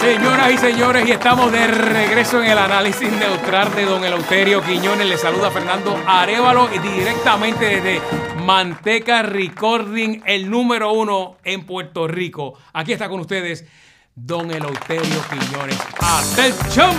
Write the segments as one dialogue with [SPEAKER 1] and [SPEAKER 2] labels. [SPEAKER 1] Señoras y señores, y estamos de regreso en el análisis neutral de don Eleuterio Quiñones. Le saluda Fernando Arevalo directamente desde Manteca Recording, el número uno en Puerto Rico. Aquí está con ustedes don Eleuterio Quiñones. ¡Atención!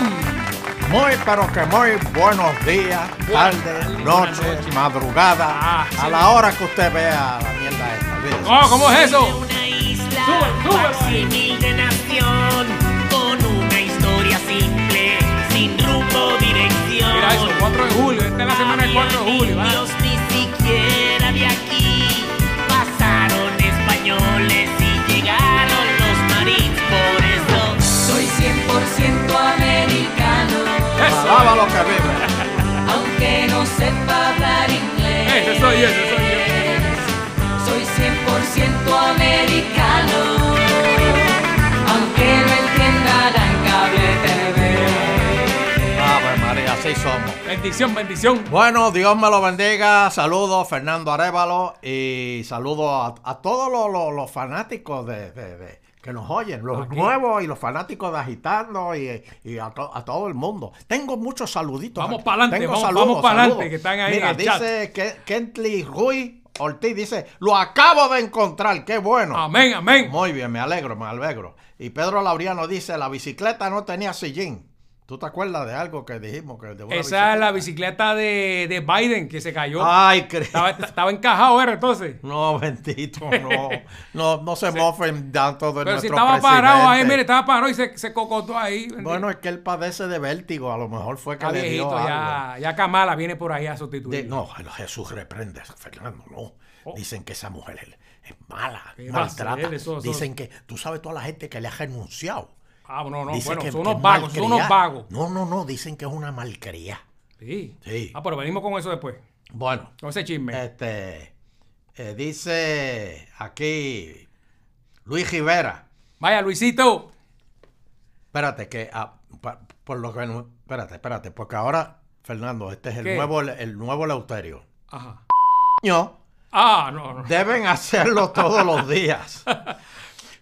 [SPEAKER 2] Muy, pero que muy buenos días,
[SPEAKER 1] Buenas
[SPEAKER 2] tardes,
[SPEAKER 1] tardes, buenas
[SPEAKER 2] noches,
[SPEAKER 1] noches.
[SPEAKER 2] madrugada,
[SPEAKER 1] Ah,
[SPEAKER 2] a
[SPEAKER 1] sí.
[SPEAKER 2] la hora que usted vea la mierda esta. olvídese.
[SPEAKER 1] Oh, ¿Cómo es eso?
[SPEAKER 3] Una isla
[SPEAKER 1] Sube, sube.
[SPEAKER 3] facsímil de nación, con una historia simple, sin rumbo, dirección.
[SPEAKER 1] Mira eso, 4 de julio. Esta es la semana del 4 de
[SPEAKER 3] Habían
[SPEAKER 1] julio. ¿verdad?
[SPEAKER 3] indios ni siquiera de aquí, pasaron españoles y llegaron los marines, por eso
[SPEAKER 4] Soy 100% americano,
[SPEAKER 1] Eso,
[SPEAKER 2] Alaba lo que vive.
[SPEAKER 4] aunque no sepa hablar inglés.
[SPEAKER 1] Ese soy yo, ese soy
[SPEAKER 4] Soy 100% americano, aunque no entienda la cable TV.
[SPEAKER 2] Ave María, así somos.
[SPEAKER 1] bendición, bendición.
[SPEAKER 2] Bueno, Dios me lo bendiga. Saludos, Fernando Arevalo, y saludos a, a todos los, los- los fanáticos de, de- de- que nos oyen, los nuevos y los fanáticos de Agitando y, y a, to- a todo el mundo. Tengo muchos saluditos.
[SPEAKER 1] Vamos
[SPEAKER 2] aquí.
[SPEAKER 1] pa'lante,
[SPEAKER 2] Tengo
[SPEAKER 1] vamos- vamos pa'lante, que están ahí
[SPEAKER 2] Mira,
[SPEAKER 1] en el chat.
[SPEAKER 2] dice Ke- Kentley Ruiz Ortiz, dice, lo acabo de encontrar, qué bueno.
[SPEAKER 1] Amén, amén.
[SPEAKER 2] Muy bien, me alegro, me alegro. Y Pedro Lauriano dice, la bicicleta no tenía sillín. ¿Tú te acuerdas de algo que dijimos? Que de una
[SPEAKER 1] Esa es la
[SPEAKER 2] bicicleta?
[SPEAKER 1] bicicleta de, de Biden que se cayó.
[SPEAKER 2] Ay, Cristo.
[SPEAKER 1] Estaba, estaba encajado, era entonces.
[SPEAKER 2] No, bendito, no. No, no se mofen tanto de
[SPEAKER 1] Pero si
[SPEAKER 2] nuestro
[SPEAKER 1] estaba
[SPEAKER 2] presidente.
[SPEAKER 1] parado ahí, mire, estaba parado y se, se cocotó ahí.
[SPEAKER 2] Bueno, es que él padece de vértigo. A lo mejor fue que
[SPEAKER 1] está
[SPEAKER 2] le dio
[SPEAKER 1] viejito,
[SPEAKER 2] algo.
[SPEAKER 1] ya, ya Kamala viene por ahí a
[SPEAKER 2] De-
[SPEAKER 1] sustituir.
[SPEAKER 2] no, Jesús reprende a Fernando, no. Dicen que esa mujer es, es mala,
[SPEAKER 1] Oh. ¿Qué va a ser?
[SPEAKER 2] maltrata.
[SPEAKER 1] Eso- eso-
[SPEAKER 2] Dicen que, tú sabes toda la gente que le ha renunciado.
[SPEAKER 1] Ah, no, no,
[SPEAKER 2] Dicen
[SPEAKER 1] bueno,
[SPEAKER 2] que-
[SPEAKER 1] son
[SPEAKER 2] que
[SPEAKER 1] unos
[SPEAKER 2] es
[SPEAKER 1] vagos, son unos
[SPEAKER 2] malcriada.
[SPEAKER 1] vagos.
[SPEAKER 2] No, no, no, dicen que es una malcría.
[SPEAKER 1] Sí.
[SPEAKER 2] Sí.
[SPEAKER 1] Ah, pero venimos con eso después,
[SPEAKER 2] Bueno,
[SPEAKER 1] con ese chisme.
[SPEAKER 2] este, eh, dice aquí Luis Rivera.
[SPEAKER 1] Vaya, Luisito.
[SPEAKER 2] Espérate, que ah, pa- por lo que no- espérate, espérate, porque ahora, Fernando, este es el
[SPEAKER 1] ¿Qué?
[SPEAKER 2] nuevo el nuevo Leuterio.
[SPEAKER 1] Ajá.
[SPEAKER 2] No,
[SPEAKER 1] Ah, no, no.
[SPEAKER 2] deben hacerlo todos los días.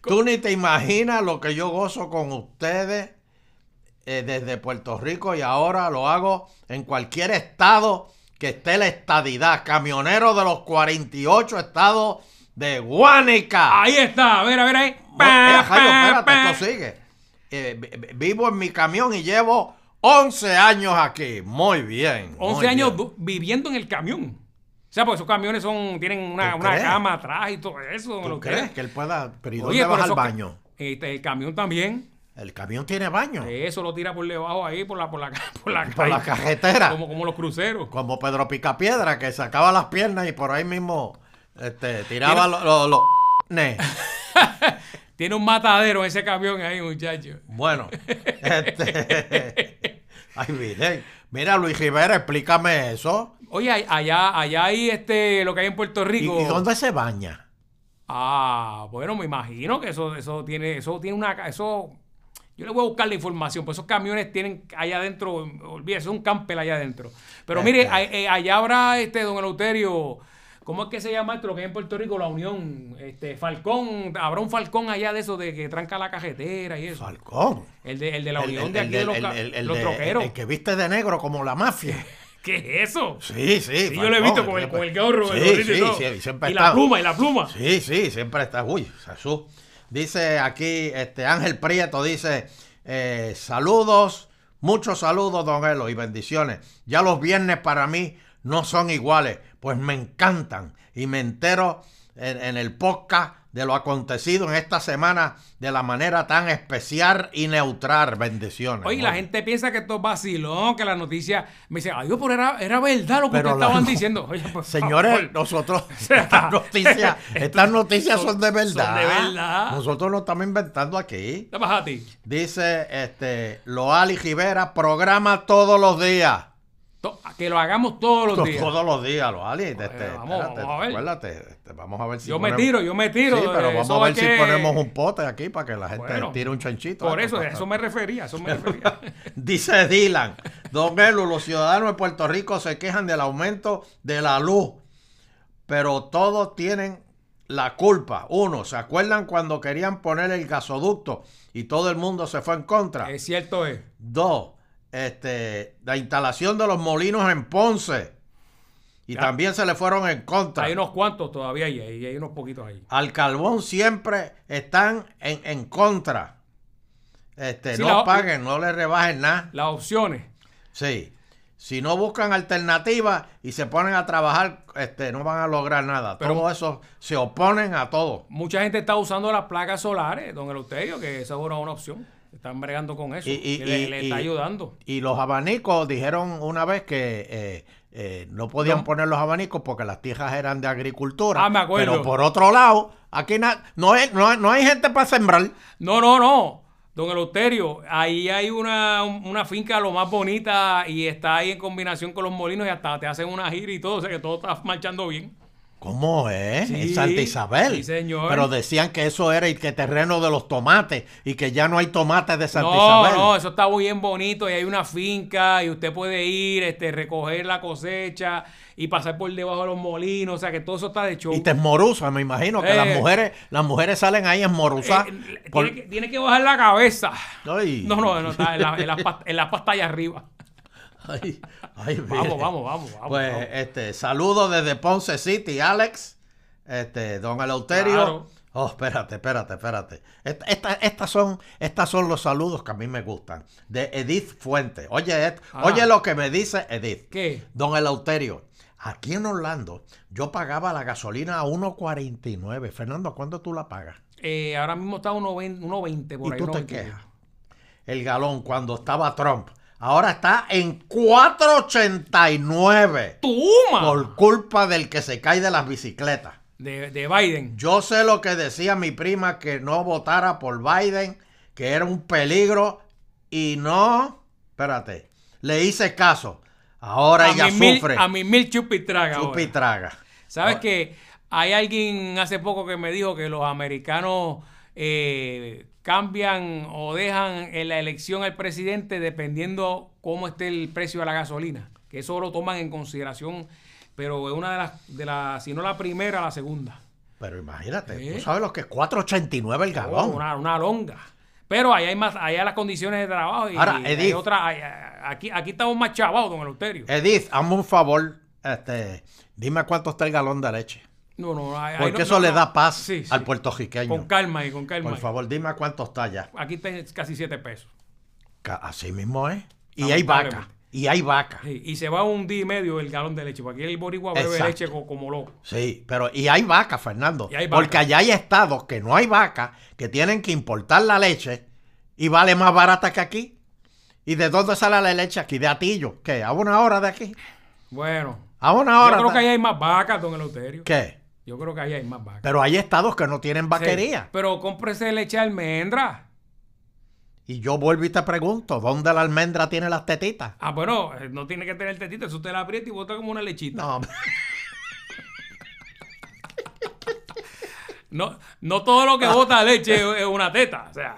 [SPEAKER 2] Tú ni te imaginas lo que yo gozo con ustedes eh, desde Puerto Rico y ahora lo hago en cualquier estado que esté la estadidad. Camionero de los 48 estados de Guánica.
[SPEAKER 1] Ahí está, a ver, a ver ahí.
[SPEAKER 2] Bueno,
[SPEAKER 1] Pa,
[SPEAKER 2] eh, Jairo,
[SPEAKER 1] pa,
[SPEAKER 2] espérate,
[SPEAKER 1] pa.
[SPEAKER 2] esto sigue. Eh, vi- vi- vivo en mi camión y llevo 11 años aquí. Muy bien. muy
[SPEAKER 1] 11 años
[SPEAKER 2] bien.
[SPEAKER 1] du- viviendo en el camión. O sea, porque esos camiones son, tienen una,
[SPEAKER 2] ¿Tú
[SPEAKER 1] una
[SPEAKER 2] crees?
[SPEAKER 1] cama atrás y todo eso.
[SPEAKER 2] ¿Tú
[SPEAKER 1] lo que
[SPEAKER 2] crees
[SPEAKER 1] es.
[SPEAKER 2] que él pueda? Pero ¿y
[SPEAKER 1] Oye,
[SPEAKER 2] dónde
[SPEAKER 1] pero
[SPEAKER 2] vas al
[SPEAKER 1] eso-
[SPEAKER 2] baño?
[SPEAKER 1] Este, el camión también.
[SPEAKER 2] El camión tiene baño.
[SPEAKER 1] Eso lo tira por debajo ahí, por la, por la, ca- por la,
[SPEAKER 2] Ah. Por la
[SPEAKER 1] calle.
[SPEAKER 2] carretera.
[SPEAKER 1] Como, como los cruceros.
[SPEAKER 2] Como Pedro Picapiedra, que sacaba las piernas y por ahí mismo este, tiraba los... ne.
[SPEAKER 1] Tiene un matadero en ese camión ahí, muchacho.
[SPEAKER 2] Bueno, este, ay, miren, mira Luis Rivera, explícame eso.
[SPEAKER 1] Oye, a- allá, allá hay este, lo que hay en Puerto
[SPEAKER 2] ¿Y,
[SPEAKER 1] Rico.
[SPEAKER 2] y dónde se baña?
[SPEAKER 1] Ah, bueno, me imagino que eso, eso tiene, eso tiene una, ca- eso. Yo le voy a buscar la información, pues esos camiones tienen allá adentro, olvídese, un campel allá adentro. Pero mire,
[SPEAKER 2] Este.
[SPEAKER 1] a- eh, allá habrá este don Eleuterio, ¿cómo es que se llama esto? Lo que hay en Puerto Rico, la Unión, este, Falcón, habrá un Falcón allá de eso de que tranca la cajetera y eso.
[SPEAKER 2] Falcón.
[SPEAKER 1] El de, el de la
[SPEAKER 2] El-
[SPEAKER 1] Unión
[SPEAKER 2] el-
[SPEAKER 1] de aquí de
[SPEAKER 2] el-
[SPEAKER 1] los,
[SPEAKER 2] el-
[SPEAKER 1] ca-
[SPEAKER 2] el- el
[SPEAKER 1] los
[SPEAKER 2] de-
[SPEAKER 1] troqueros.
[SPEAKER 2] el que viste de negro como la mafia.
[SPEAKER 1] ¿Qué es eso?
[SPEAKER 2] Sí, sí.
[SPEAKER 1] Sí, yo lo he visto con el, con el gorro, el
[SPEAKER 2] Sí,
[SPEAKER 1] gorrito y
[SPEAKER 2] sí,
[SPEAKER 1] todo.
[SPEAKER 2] sí, siempre
[SPEAKER 1] y
[SPEAKER 2] está.
[SPEAKER 1] la pluma, y la pluma.
[SPEAKER 2] Sí, sí, siempre está. Uy, Jesús. Dice aquí este Ángel Prieto, dice, eh, saludos, muchos saludos, don Elo, y bendiciones. Ya los viernes para mí no son iguales, pues me encantan y me entero en, en el podcast de lo acontecido en esta semana de la manera tan especial y neutral. Bendiciones.
[SPEAKER 1] Oye, la
[SPEAKER 2] Muy
[SPEAKER 1] gente piensa que esto es vacilón, que la noticia me dice, ay, Dios, pero era, era verdad lo que
[SPEAKER 2] Pero
[SPEAKER 1] ustedes
[SPEAKER 2] la-
[SPEAKER 1] estaban diciendo. Oye, por
[SPEAKER 2] Señores,
[SPEAKER 1] favor.
[SPEAKER 2] nosotros, estas noticias, estas noticias son de
[SPEAKER 1] Son- son
[SPEAKER 2] verdad.
[SPEAKER 1] de verdad.
[SPEAKER 2] Nosotros lo estamos inventando aquí.
[SPEAKER 1] Dame a ti.
[SPEAKER 2] Dice este Loali Rivera, programa todos los días.
[SPEAKER 1] To- Que lo hagamos todos los
[SPEAKER 2] To-
[SPEAKER 1] días. Pues,
[SPEAKER 2] Todos los días, Loali. Este,
[SPEAKER 1] vamos,
[SPEAKER 2] espérate,
[SPEAKER 1] vamos a ver.
[SPEAKER 2] acuérdate, este, vamos a ver si
[SPEAKER 1] Yo me
[SPEAKER 2] ponemos-
[SPEAKER 1] tiro, yo me tiro.
[SPEAKER 2] Sí, pero
[SPEAKER 1] Eh,
[SPEAKER 2] vamos
[SPEAKER 1] eso
[SPEAKER 2] a ver
[SPEAKER 1] es
[SPEAKER 2] si
[SPEAKER 1] que-
[SPEAKER 2] ponemos un pote aquí para que la gente
[SPEAKER 1] Bueno,
[SPEAKER 2] tire un chanchito.
[SPEAKER 1] Por
[SPEAKER 2] Ah,
[SPEAKER 1] eso, a
[SPEAKER 2] pues,
[SPEAKER 1] eso me refería, a eso me refería.
[SPEAKER 2] Dice Dylan, Don Elu, los ciudadanos de Puerto Rico se quejan del aumento de la luz, pero todos tienen la culpa. Uno, ¿se acuerdan cuando querían poner el gasoducto y todo el mundo se fue en contra?
[SPEAKER 1] Es cierto, eh. es.
[SPEAKER 2] Dos, este, la instalación de los molinos en Ponce. Y
[SPEAKER 1] Ya.
[SPEAKER 2] también se le fueron en contra.
[SPEAKER 1] Hay unos cuantos todavía ahí, hay, hay unos poquitos ahí.
[SPEAKER 2] Al carbón siempre están en, en contra. Este,
[SPEAKER 1] Sí,
[SPEAKER 2] no
[SPEAKER 1] la-
[SPEAKER 2] paguen, no le rebajen nada.
[SPEAKER 1] Las opciones.
[SPEAKER 2] Sí. Si no buscan alternativas y se ponen a trabajar, este, no van a lograr nada.
[SPEAKER 1] Pero-
[SPEAKER 2] todo eso se oponen a todo.
[SPEAKER 1] Mucha gente está usando las placas solares, don Eleuterio, que esa es una, una opción. Están bregando con eso.
[SPEAKER 2] Y- y-
[SPEAKER 1] que le,
[SPEAKER 2] y-
[SPEAKER 1] le
[SPEAKER 2] y-
[SPEAKER 1] está ayudando.
[SPEAKER 2] Y los abanicos dijeron una vez que eh, eh, no podían
[SPEAKER 1] No.
[SPEAKER 2] poner los abanicos porque las tijas eran de agricultura.
[SPEAKER 1] Ah, me acuerdo.
[SPEAKER 2] Pero por otro lado, aquí na- no, es- no, hay- no hay gente para sembrar.
[SPEAKER 1] No, no, no. Don Eleuterio, ahí hay una, una finca lo más bonita y está ahí en combinación con los molinos y hasta te hacen una gira y todo, o sea que todo está marchando bien.
[SPEAKER 2] ¿Cómo es?
[SPEAKER 1] Sí,
[SPEAKER 2] en Santa Isabel.
[SPEAKER 1] sí, señor.
[SPEAKER 2] Pero decían que eso era el que terreno de los tomates y que ya no hay tomates de Santa
[SPEAKER 1] no,
[SPEAKER 2] Isabel.
[SPEAKER 1] no, eso está muy bien bonito y hay una finca y usted puede ir, este, recoger la cosecha y pasar por debajo de los molinos, o sea que todo eso está de show.
[SPEAKER 2] Y te esmoruzan, me imagino que
[SPEAKER 1] Eh.
[SPEAKER 2] las mujeres, las mujeres salen ahí esmoruzadas.
[SPEAKER 1] Eh, eh,
[SPEAKER 2] por-
[SPEAKER 1] tiene, que, tiene que bajar la cabeza.
[SPEAKER 2] Ay.
[SPEAKER 1] No, no, no, está en la- en las pas- en las pastas allá arriba.
[SPEAKER 2] Ay, ay, mire.
[SPEAKER 1] Vamos, vamos, vamos, vamos.
[SPEAKER 2] Pues
[SPEAKER 1] vamos.
[SPEAKER 2] este, saludos desde Ponce City, Alex, este, don Eleuterio.
[SPEAKER 1] Claro.
[SPEAKER 2] Oh, espérate, espérate, espérate. Esta- esta- estas, son, estas son los saludos que a mí me gustan. De Edith Fuente. Oye, Ed-
[SPEAKER 1] Ajá.
[SPEAKER 2] oye lo que me dice Edith.
[SPEAKER 1] ¿Qué?
[SPEAKER 2] Don Eleuterio, aquí en Orlando yo pagaba la gasolina a 1.49. Fernando, ¿cuándo tú la pagas?
[SPEAKER 1] Eh, ahora mismo está 1.20 1.20 por
[SPEAKER 2] Y
[SPEAKER 1] ahí.
[SPEAKER 2] tú te
[SPEAKER 1] 1.21.
[SPEAKER 2] quejas. El galón cuando estaba Trump. Ahora está en 4.89
[SPEAKER 1] ¡Tuma!
[SPEAKER 2] por culpa del que se cae de las bicicletas.
[SPEAKER 1] De, de Biden.
[SPEAKER 2] Yo sé lo que decía mi prima que no votara por Biden, que era un peligro y no, espérate, le hice caso. Ahora
[SPEAKER 1] a
[SPEAKER 2] ella
[SPEAKER 1] mi mil-
[SPEAKER 2] sufre.
[SPEAKER 1] a mi mil chupitraga. ahora.
[SPEAKER 2] Chupa y traga.
[SPEAKER 1] ¿Sabes
[SPEAKER 2] Ahora-
[SPEAKER 1] que Hay alguien hace poco que me dijo que los americanos eh, cambian o dejan en la elección al presidente dependiendo cómo esté el precio de la gasolina. Que eso lo toman en consideración, pero es una de las, de las si no la primera, la segunda.
[SPEAKER 2] Pero imagínate,
[SPEAKER 1] ¿Eh?
[SPEAKER 2] tú sabes lo que es 4.89 el
[SPEAKER 1] Oh,
[SPEAKER 2] galón.
[SPEAKER 1] una, una longa. Pero ahí hay más, allá las condiciones de trabajo y,
[SPEAKER 2] Ahora,
[SPEAKER 1] y hay
[SPEAKER 2] Edith. Eh,
[SPEAKER 1] otra, hay- aquí, aquí estamos más chavados, don Eleuterio.
[SPEAKER 2] Edith, hazme un favor, este, dime cuánto está el galón de leche.
[SPEAKER 1] No, no, ahí- ahí
[SPEAKER 2] Porque
[SPEAKER 1] no-
[SPEAKER 2] eso
[SPEAKER 1] no,
[SPEAKER 2] le
[SPEAKER 1] no.
[SPEAKER 2] da paz
[SPEAKER 1] Sí, sí.
[SPEAKER 2] al puertorriqueño.
[SPEAKER 1] Con calma y con calma.
[SPEAKER 2] Por
[SPEAKER 1] ahí.
[SPEAKER 2] favor, dime cuánto está ya.
[SPEAKER 1] Aquí está casi 7 pesos.
[SPEAKER 2] Ca- Así mismo es. Y hay vaca.
[SPEAKER 1] Lamentablemente.
[SPEAKER 2] Y hay vaca.
[SPEAKER 1] Sí, y se va un día y medio el galón de leche. Porque aquí el boricua bebe
[SPEAKER 2] Exacto.
[SPEAKER 1] leche co- como, loco.
[SPEAKER 2] Sí, pero y hay vaca, Fernando.
[SPEAKER 1] Y hay vaca.
[SPEAKER 2] Porque allá hay estados que no hay vaca, que tienen que importar la leche y vale más barata que aquí. ¿Y de dónde sale la leche aquí? De Atillo. ¿Qué? ¿A una hora de aquí?
[SPEAKER 1] Bueno,
[SPEAKER 2] ¿A una hora?
[SPEAKER 1] yo creo
[SPEAKER 2] de-
[SPEAKER 1] que ahí hay más vacas, don Eleuterio.
[SPEAKER 2] ¿Qué?
[SPEAKER 1] Yo creo que ahí hay más vacas.
[SPEAKER 2] Pero hay estados que no tienen vaquería.
[SPEAKER 1] Sí, pero cómprese leche de almendra.
[SPEAKER 2] Y yo vuelvo y te pregunto, ¿dónde la almendra tiene las tetitas?
[SPEAKER 1] Ah, bueno, eh, no tiene que tener tetita. Eso usted la aprieta y bota como una lechita.
[SPEAKER 2] No,
[SPEAKER 1] No, no, todo lo que bota leche es- es una teta. O sea,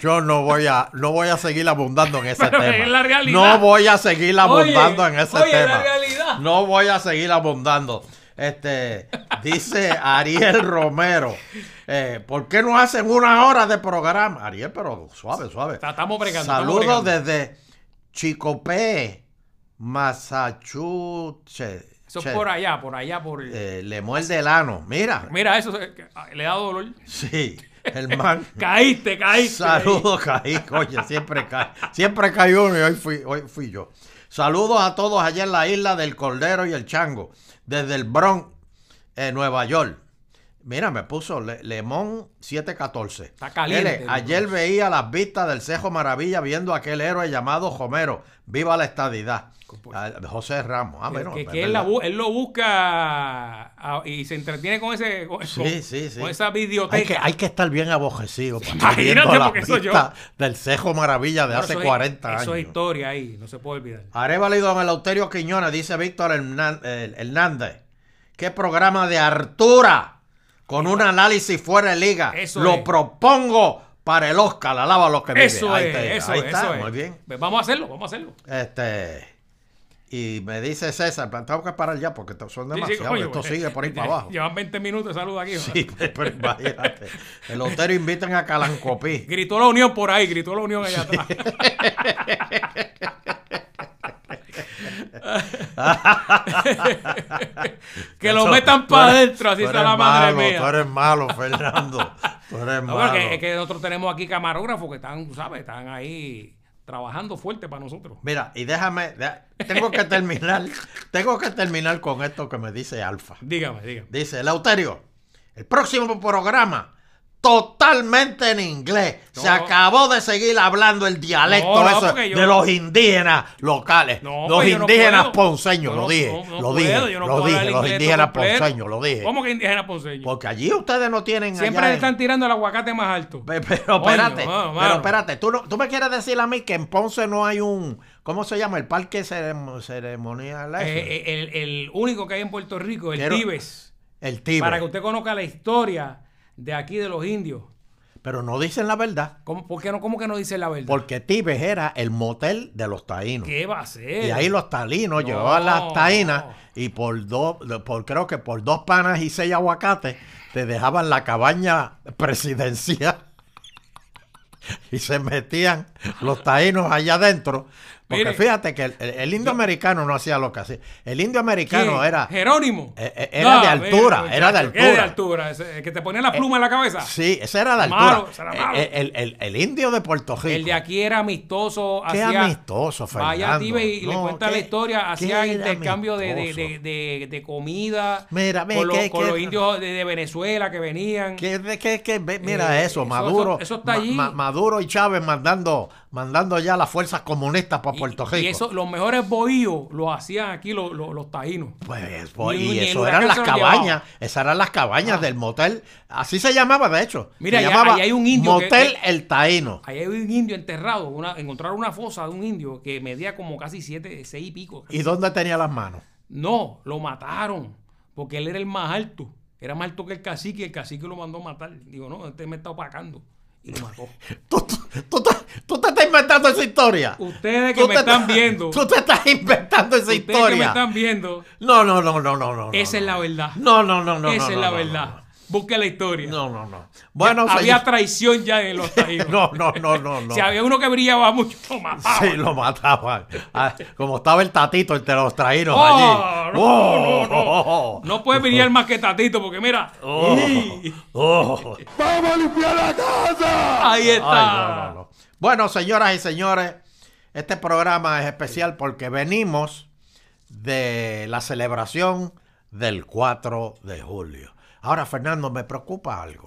[SPEAKER 2] yo no voy a, no voy a seguir abundando en ese
[SPEAKER 1] Pero
[SPEAKER 2] tema.
[SPEAKER 1] es la realidad.
[SPEAKER 2] No voy a seguir abundando
[SPEAKER 1] Oye,
[SPEAKER 2] en ese
[SPEAKER 1] oye, es
[SPEAKER 2] tema.
[SPEAKER 1] la realidad.
[SPEAKER 2] No voy a seguir abundando. Este, dice Ariel Romero, eh, ¿por qué no hacen una hora de programa? Ariel, pero suave, suave.
[SPEAKER 1] Está- estamos bregando, estamos
[SPEAKER 2] Saludos
[SPEAKER 1] bregando.
[SPEAKER 2] desde Chicopee, Massachusetts.
[SPEAKER 1] eso es por allá, por allá, por.
[SPEAKER 2] Eh, le muerde el ano. Mira,
[SPEAKER 1] Mira, eso se- que- ah, le da dolor.
[SPEAKER 2] sí, el man.
[SPEAKER 1] Caíste, caíste.
[SPEAKER 2] Saludos, caí, coño, siempre cae. Siempre cae uno y hoy fui, hoy fui yo. Saludos a todos allá en la isla del Cordero y el Chango, desde el Bronx, eh, Nueva York. Mira, me puso Le- Lemón 714.
[SPEAKER 1] Está caliente,
[SPEAKER 2] Ele, ayer veía las vistas del Cejo Maravilla viendo a aquel héroe llamado Homero. Viva la estadidad. Ah, José Ramos. Ah,
[SPEAKER 1] Pues, Que-
[SPEAKER 2] bueno,
[SPEAKER 1] que,
[SPEAKER 2] es
[SPEAKER 1] que él, la
[SPEAKER 2] verdad.
[SPEAKER 1] bu- él lo busca ah, y se entretiene con ese con,
[SPEAKER 2] Sí, sí, sí.
[SPEAKER 1] con esa videoteca.
[SPEAKER 2] Hay que, hay que estar bien abojecido. para estar
[SPEAKER 1] Imagínate,
[SPEAKER 2] viendo las
[SPEAKER 1] porque soy yo.
[SPEAKER 2] vistas del Cejo Maravilla de
[SPEAKER 1] Claro,
[SPEAKER 2] hace
[SPEAKER 1] eso es-
[SPEAKER 2] 40 años.
[SPEAKER 1] Eso es historia ahí, no se puede olvidar.
[SPEAKER 2] Arevalo y don Eleuterio Quiñones, dice Víctor Hernan- eh, Hernández. Qué programa de hartura con un análisis fuera de liga.
[SPEAKER 1] Eso
[SPEAKER 2] Lo
[SPEAKER 1] es.
[SPEAKER 2] propongo para el Oscar. Alaba lo que vive.
[SPEAKER 1] Eso
[SPEAKER 2] Ahí
[SPEAKER 1] es,
[SPEAKER 2] te-
[SPEAKER 1] eso
[SPEAKER 2] ahí
[SPEAKER 1] es,
[SPEAKER 2] está,
[SPEAKER 1] eso es.
[SPEAKER 2] muy bien.
[SPEAKER 1] Pues vamos a hacerlo, vamos a hacerlo.
[SPEAKER 2] Este, Y me dice César, pero tengo que parar ya porque to- son
[SPEAKER 1] Sí, sí,
[SPEAKER 2] demasiados.
[SPEAKER 1] coño,
[SPEAKER 2] Esto
[SPEAKER 1] eh,
[SPEAKER 2] sigue por ahí
[SPEAKER 1] eh,
[SPEAKER 2] para abajo.
[SPEAKER 1] Llevan 20 minutos de salud aquí.
[SPEAKER 2] Sí, pues, pero imagínate. El Otero invitan a Calancopí.
[SPEAKER 1] Gritó la unión por ahí, gritó la unión allá atrás. que lo
[SPEAKER 2] Eso,
[SPEAKER 1] metan
[SPEAKER 2] tú
[SPEAKER 1] para
[SPEAKER 2] eres-
[SPEAKER 1] adentro, así
[SPEAKER 2] tú
[SPEAKER 1] está
[SPEAKER 2] eres
[SPEAKER 1] la madre
[SPEAKER 2] malo, Tú
[SPEAKER 1] mía.
[SPEAKER 2] eres malo, Fernando. Tú eres
[SPEAKER 1] No, pero
[SPEAKER 2] malo.
[SPEAKER 1] que, es que nosotros tenemos aquí camarógrafos que están, tú ¿sabes? Están ahí trabajando fuerte para nosotros.
[SPEAKER 2] Mira, y déjame, deja- tengo que terminar, tengo que terminar con esto que me dice Alfa.
[SPEAKER 1] Dígame, dígame.
[SPEAKER 2] Dice Eleuterio, el próximo programa totalmente en inglés. Se
[SPEAKER 1] No.
[SPEAKER 2] acabó de seguir hablando el dialecto
[SPEAKER 1] No, no,
[SPEAKER 2] ese
[SPEAKER 1] porque yo-
[SPEAKER 2] de los indígenas locales,
[SPEAKER 1] No,
[SPEAKER 2] los
[SPEAKER 1] pues yo no
[SPEAKER 2] indígenas
[SPEAKER 1] puedo.
[SPEAKER 2] ponceños,
[SPEAKER 1] Yo
[SPEAKER 2] lo
[SPEAKER 1] no-
[SPEAKER 2] dije,
[SPEAKER 1] no- no
[SPEAKER 2] lo
[SPEAKER 1] puedo,
[SPEAKER 2] dije,
[SPEAKER 1] yo no
[SPEAKER 2] lo
[SPEAKER 1] puedo
[SPEAKER 2] dije,
[SPEAKER 1] hablar
[SPEAKER 2] los
[SPEAKER 1] inglés
[SPEAKER 2] indígenas
[SPEAKER 1] completo.
[SPEAKER 2] ponceños, lo dije.
[SPEAKER 1] ¿Cómo que indígenas ponceños?
[SPEAKER 2] Porque allí ustedes no tienen
[SPEAKER 1] Siempre
[SPEAKER 2] allá
[SPEAKER 1] le
[SPEAKER 2] en-
[SPEAKER 1] están tirando el aguacate más alto.
[SPEAKER 2] Pe- Pero
[SPEAKER 1] Coño,
[SPEAKER 2] espérate,
[SPEAKER 1] mano,
[SPEAKER 2] pero
[SPEAKER 1] mano.
[SPEAKER 2] espérate, ¿tú, no- tú me quieres decir a mí que en Ponce no hay un, ¿cómo se llama? El parque ceremo- ceremonial. ese?
[SPEAKER 1] Eh, eh, el, el único que hay en Puerto Rico, el
[SPEAKER 2] Quiero-
[SPEAKER 1] Tibes.
[SPEAKER 2] el Tiber.
[SPEAKER 1] Para que usted conozca la historia de aquí de los indios.
[SPEAKER 2] Pero no dicen la verdad,
[SPEAKER 1] ¿Cómo, por qué no, ¿Cómo que no dice la verdad?
[SPEAKER 2] porque Tibes era el motel de los taínos.
[SPEAKER 1] ¿Qué va a ser?
[SPEAKER 2] Y ahí los
[SPEAKER 1] Eh,
[SPEAKER 2] talinos
[SPEAKER 1] No.
[SPEAKER 2] llevaban las taínas y por dos, por, creo que por dos panas y seis aguacates te dejaban la cabaña presidencial y se metían los taínos allá adentro. Porque
[SPEAKER 1] Mire.
[SPEAKER 2] fíjate que el, el- el indio americano no hacía lo que hacía. El indio americano
[SPEAKER 1] ¿Quién?
[SPEAKER 2] era...
[SPEAKER 1] Jerónimo. Ah,
[SPEAKER 2] Eh, eh, era de altura,
[SPEAKER 1] muchacho,
[SPEAKER 2] era de
[SPEAKER 1] ¿qué de
[SPEAKER 2] altura? Eh,
[SPEAKER 1] altura? Ese- Que te ponía la pluma en la cabeza.
[SPEAKER 2] Sí, ese era de altura.
[SPEAKER 1] Malo, ese era malo.
[SPEAKER 2] El, el- el- el indio de Puerto Rico.
[SPEAKER 1] El de aquí era amistoso.
[SPEAKER 2] Qué
[SPEAKER 1] hacía-
[SPEAKER 2] amistoso,
[SPEAKER 1] Vaya a
[SPEAKER 2] Fernando.
[SPEAKER 1] Tibes y le
[SPEAKER 2] No,
[SPEAKER 1] cuenta
[SPEAKER 2] qué-
[SPEAKER 1] la historia. Hacía
[SPEAKER 2] qué
[SPEAKER 1] intercambio de, de,
[SPEAKER 2] amistoso.
[SPEAKER 1] de- de- de comida
[SPEAKER 2] Mira, ve
[SPEAKER 1] con, los-
[SPEAKER 2] qué-
[SPEAKER 1] con
[SPEAKER 2] qué-
[SPEAKER 1] los indios de, de Venezuela que venían.
[SPEAKER 2] ¿Qué- de- qué- qué? Ve- mira
[SPEAKER 1] Eh,
[SPEAKER 2] eso,
[SPEAKER 1] eso-
[SPEAKER 2] Maduro.
[SPEAKER 1] eso- eso está
[SPEAKER 2] Ma-
[SPEAKER 1] allí.
[SPEAKER 2] Ma- Maduro y Chávez mandando, mandando ya las fuerzas comunistas para Puerto Rico.
[SPEAKER 1] Y, y eso, los mejores bohíos los hacían aquí los, los, los taínos.
[SPEAKER 2] Pues, pues,
[SPEAKER 1] Ni-
[SPEAKER 2] y
[SPEAKER 1] ni el
[SPEAKER 2] eso
[SPEAKER 1] huracán
[SPEAKER 2] eran las
[SPEAKER 1] se lo
[SPEAKER 2] cabañas,
[SPEAKER 1] llevaba.
[SPEAKER 2] esas eran las cabañas del motel, así se llamaba de hecho.
[SPEAKER 1] Ah. Mira,
[SPEAKER 2] se
[SPEAKER 1] ahí-
[SPEAKER 2] llamaba
[SPEAKER 1] ahí hay un indio que-
[SPEAKER 2] Motel El Taíno.
[SPEAKER 1] Ahí hay un indio enterrado, una, encontraron una fosa de un indio que medía como casi siete, seis y pico.
[SPEAKER 2] ¿Y dónde tenía las manos?
[SPEAKER 1] No, lo mataron, porque él era el más alto. Era más alto que el cacique y el cacique lo mandó a matar. Digo, no, este me está opacando. Y lo mató.
[SPEAKER 2] ¿Tú, tú, tú te- tú te estás inventando esa historia.
[SPEAKER 1] Ustedes que
[SPEAKER 2] Tú
[SPEAKER 1] me
[SPEAKER 2] te
[SPEAKER 1] están
[SPEAKER 2] estás-
[SPEAKER 1] viendo.
[SPEAKER 2] Tú te estás inventando esa
[SPEAKER 1] Ustedes que me
[SPEAKER 2] historia.
[SPEAKER 1] están viendo.
[SPEAKER 2] No, no, no, no, no, no.
[SPEAKER 1] Esa
[SPEAKER 2] no.
[SPEAKER 1] es la verdad.
[SPEAKER 2] No, no, no, no.
[SPEAKER 1] Esa
[SPEAKER 2] no,
[SPEAKER 1] es
[SPEAKER 2] no,
[SPEAKER 1] la
[SPEAKER 2] no,
[SPEAKER 1] verdad. Busque la historia.
[SPEAKER 2] No, no, no. Bueno,
[SPEAKER 1] había
[SPEAKER 2] señor-
[SPEAKER 1] traición ya en los taínos.
[SPEAKER 2] No, no, no, no, no.
[SPEAKER 1] Si había uno que brillaba mucho, lo mataban.
[SPEAKER 2] Sí, lo mataban. Ah, como estaba el tatito entre los traídos
[SPEAKER 1] Oh,
[SPEAKER 2] allí.
[SPEAKER 1] no,
[SPEAKER 2] Oh,
[SPEAKER 1] no, no. No puede brillar más que Tatito, porque mira.
[SPEAKER 2] oh,
[SPEAKER 1] ¡y!
[SPEAKER 2] oh.
[SPEAKER 1] Ahí
[SPEAKER 2] Ay,
[SPEAKER 1] está.
[SPEAKER 2] no, no, no. Bueno, señoras y señores, este programa es especial porque venimos de la celebración del 4 de julio. Ahora, Fernando, me preocupa algo.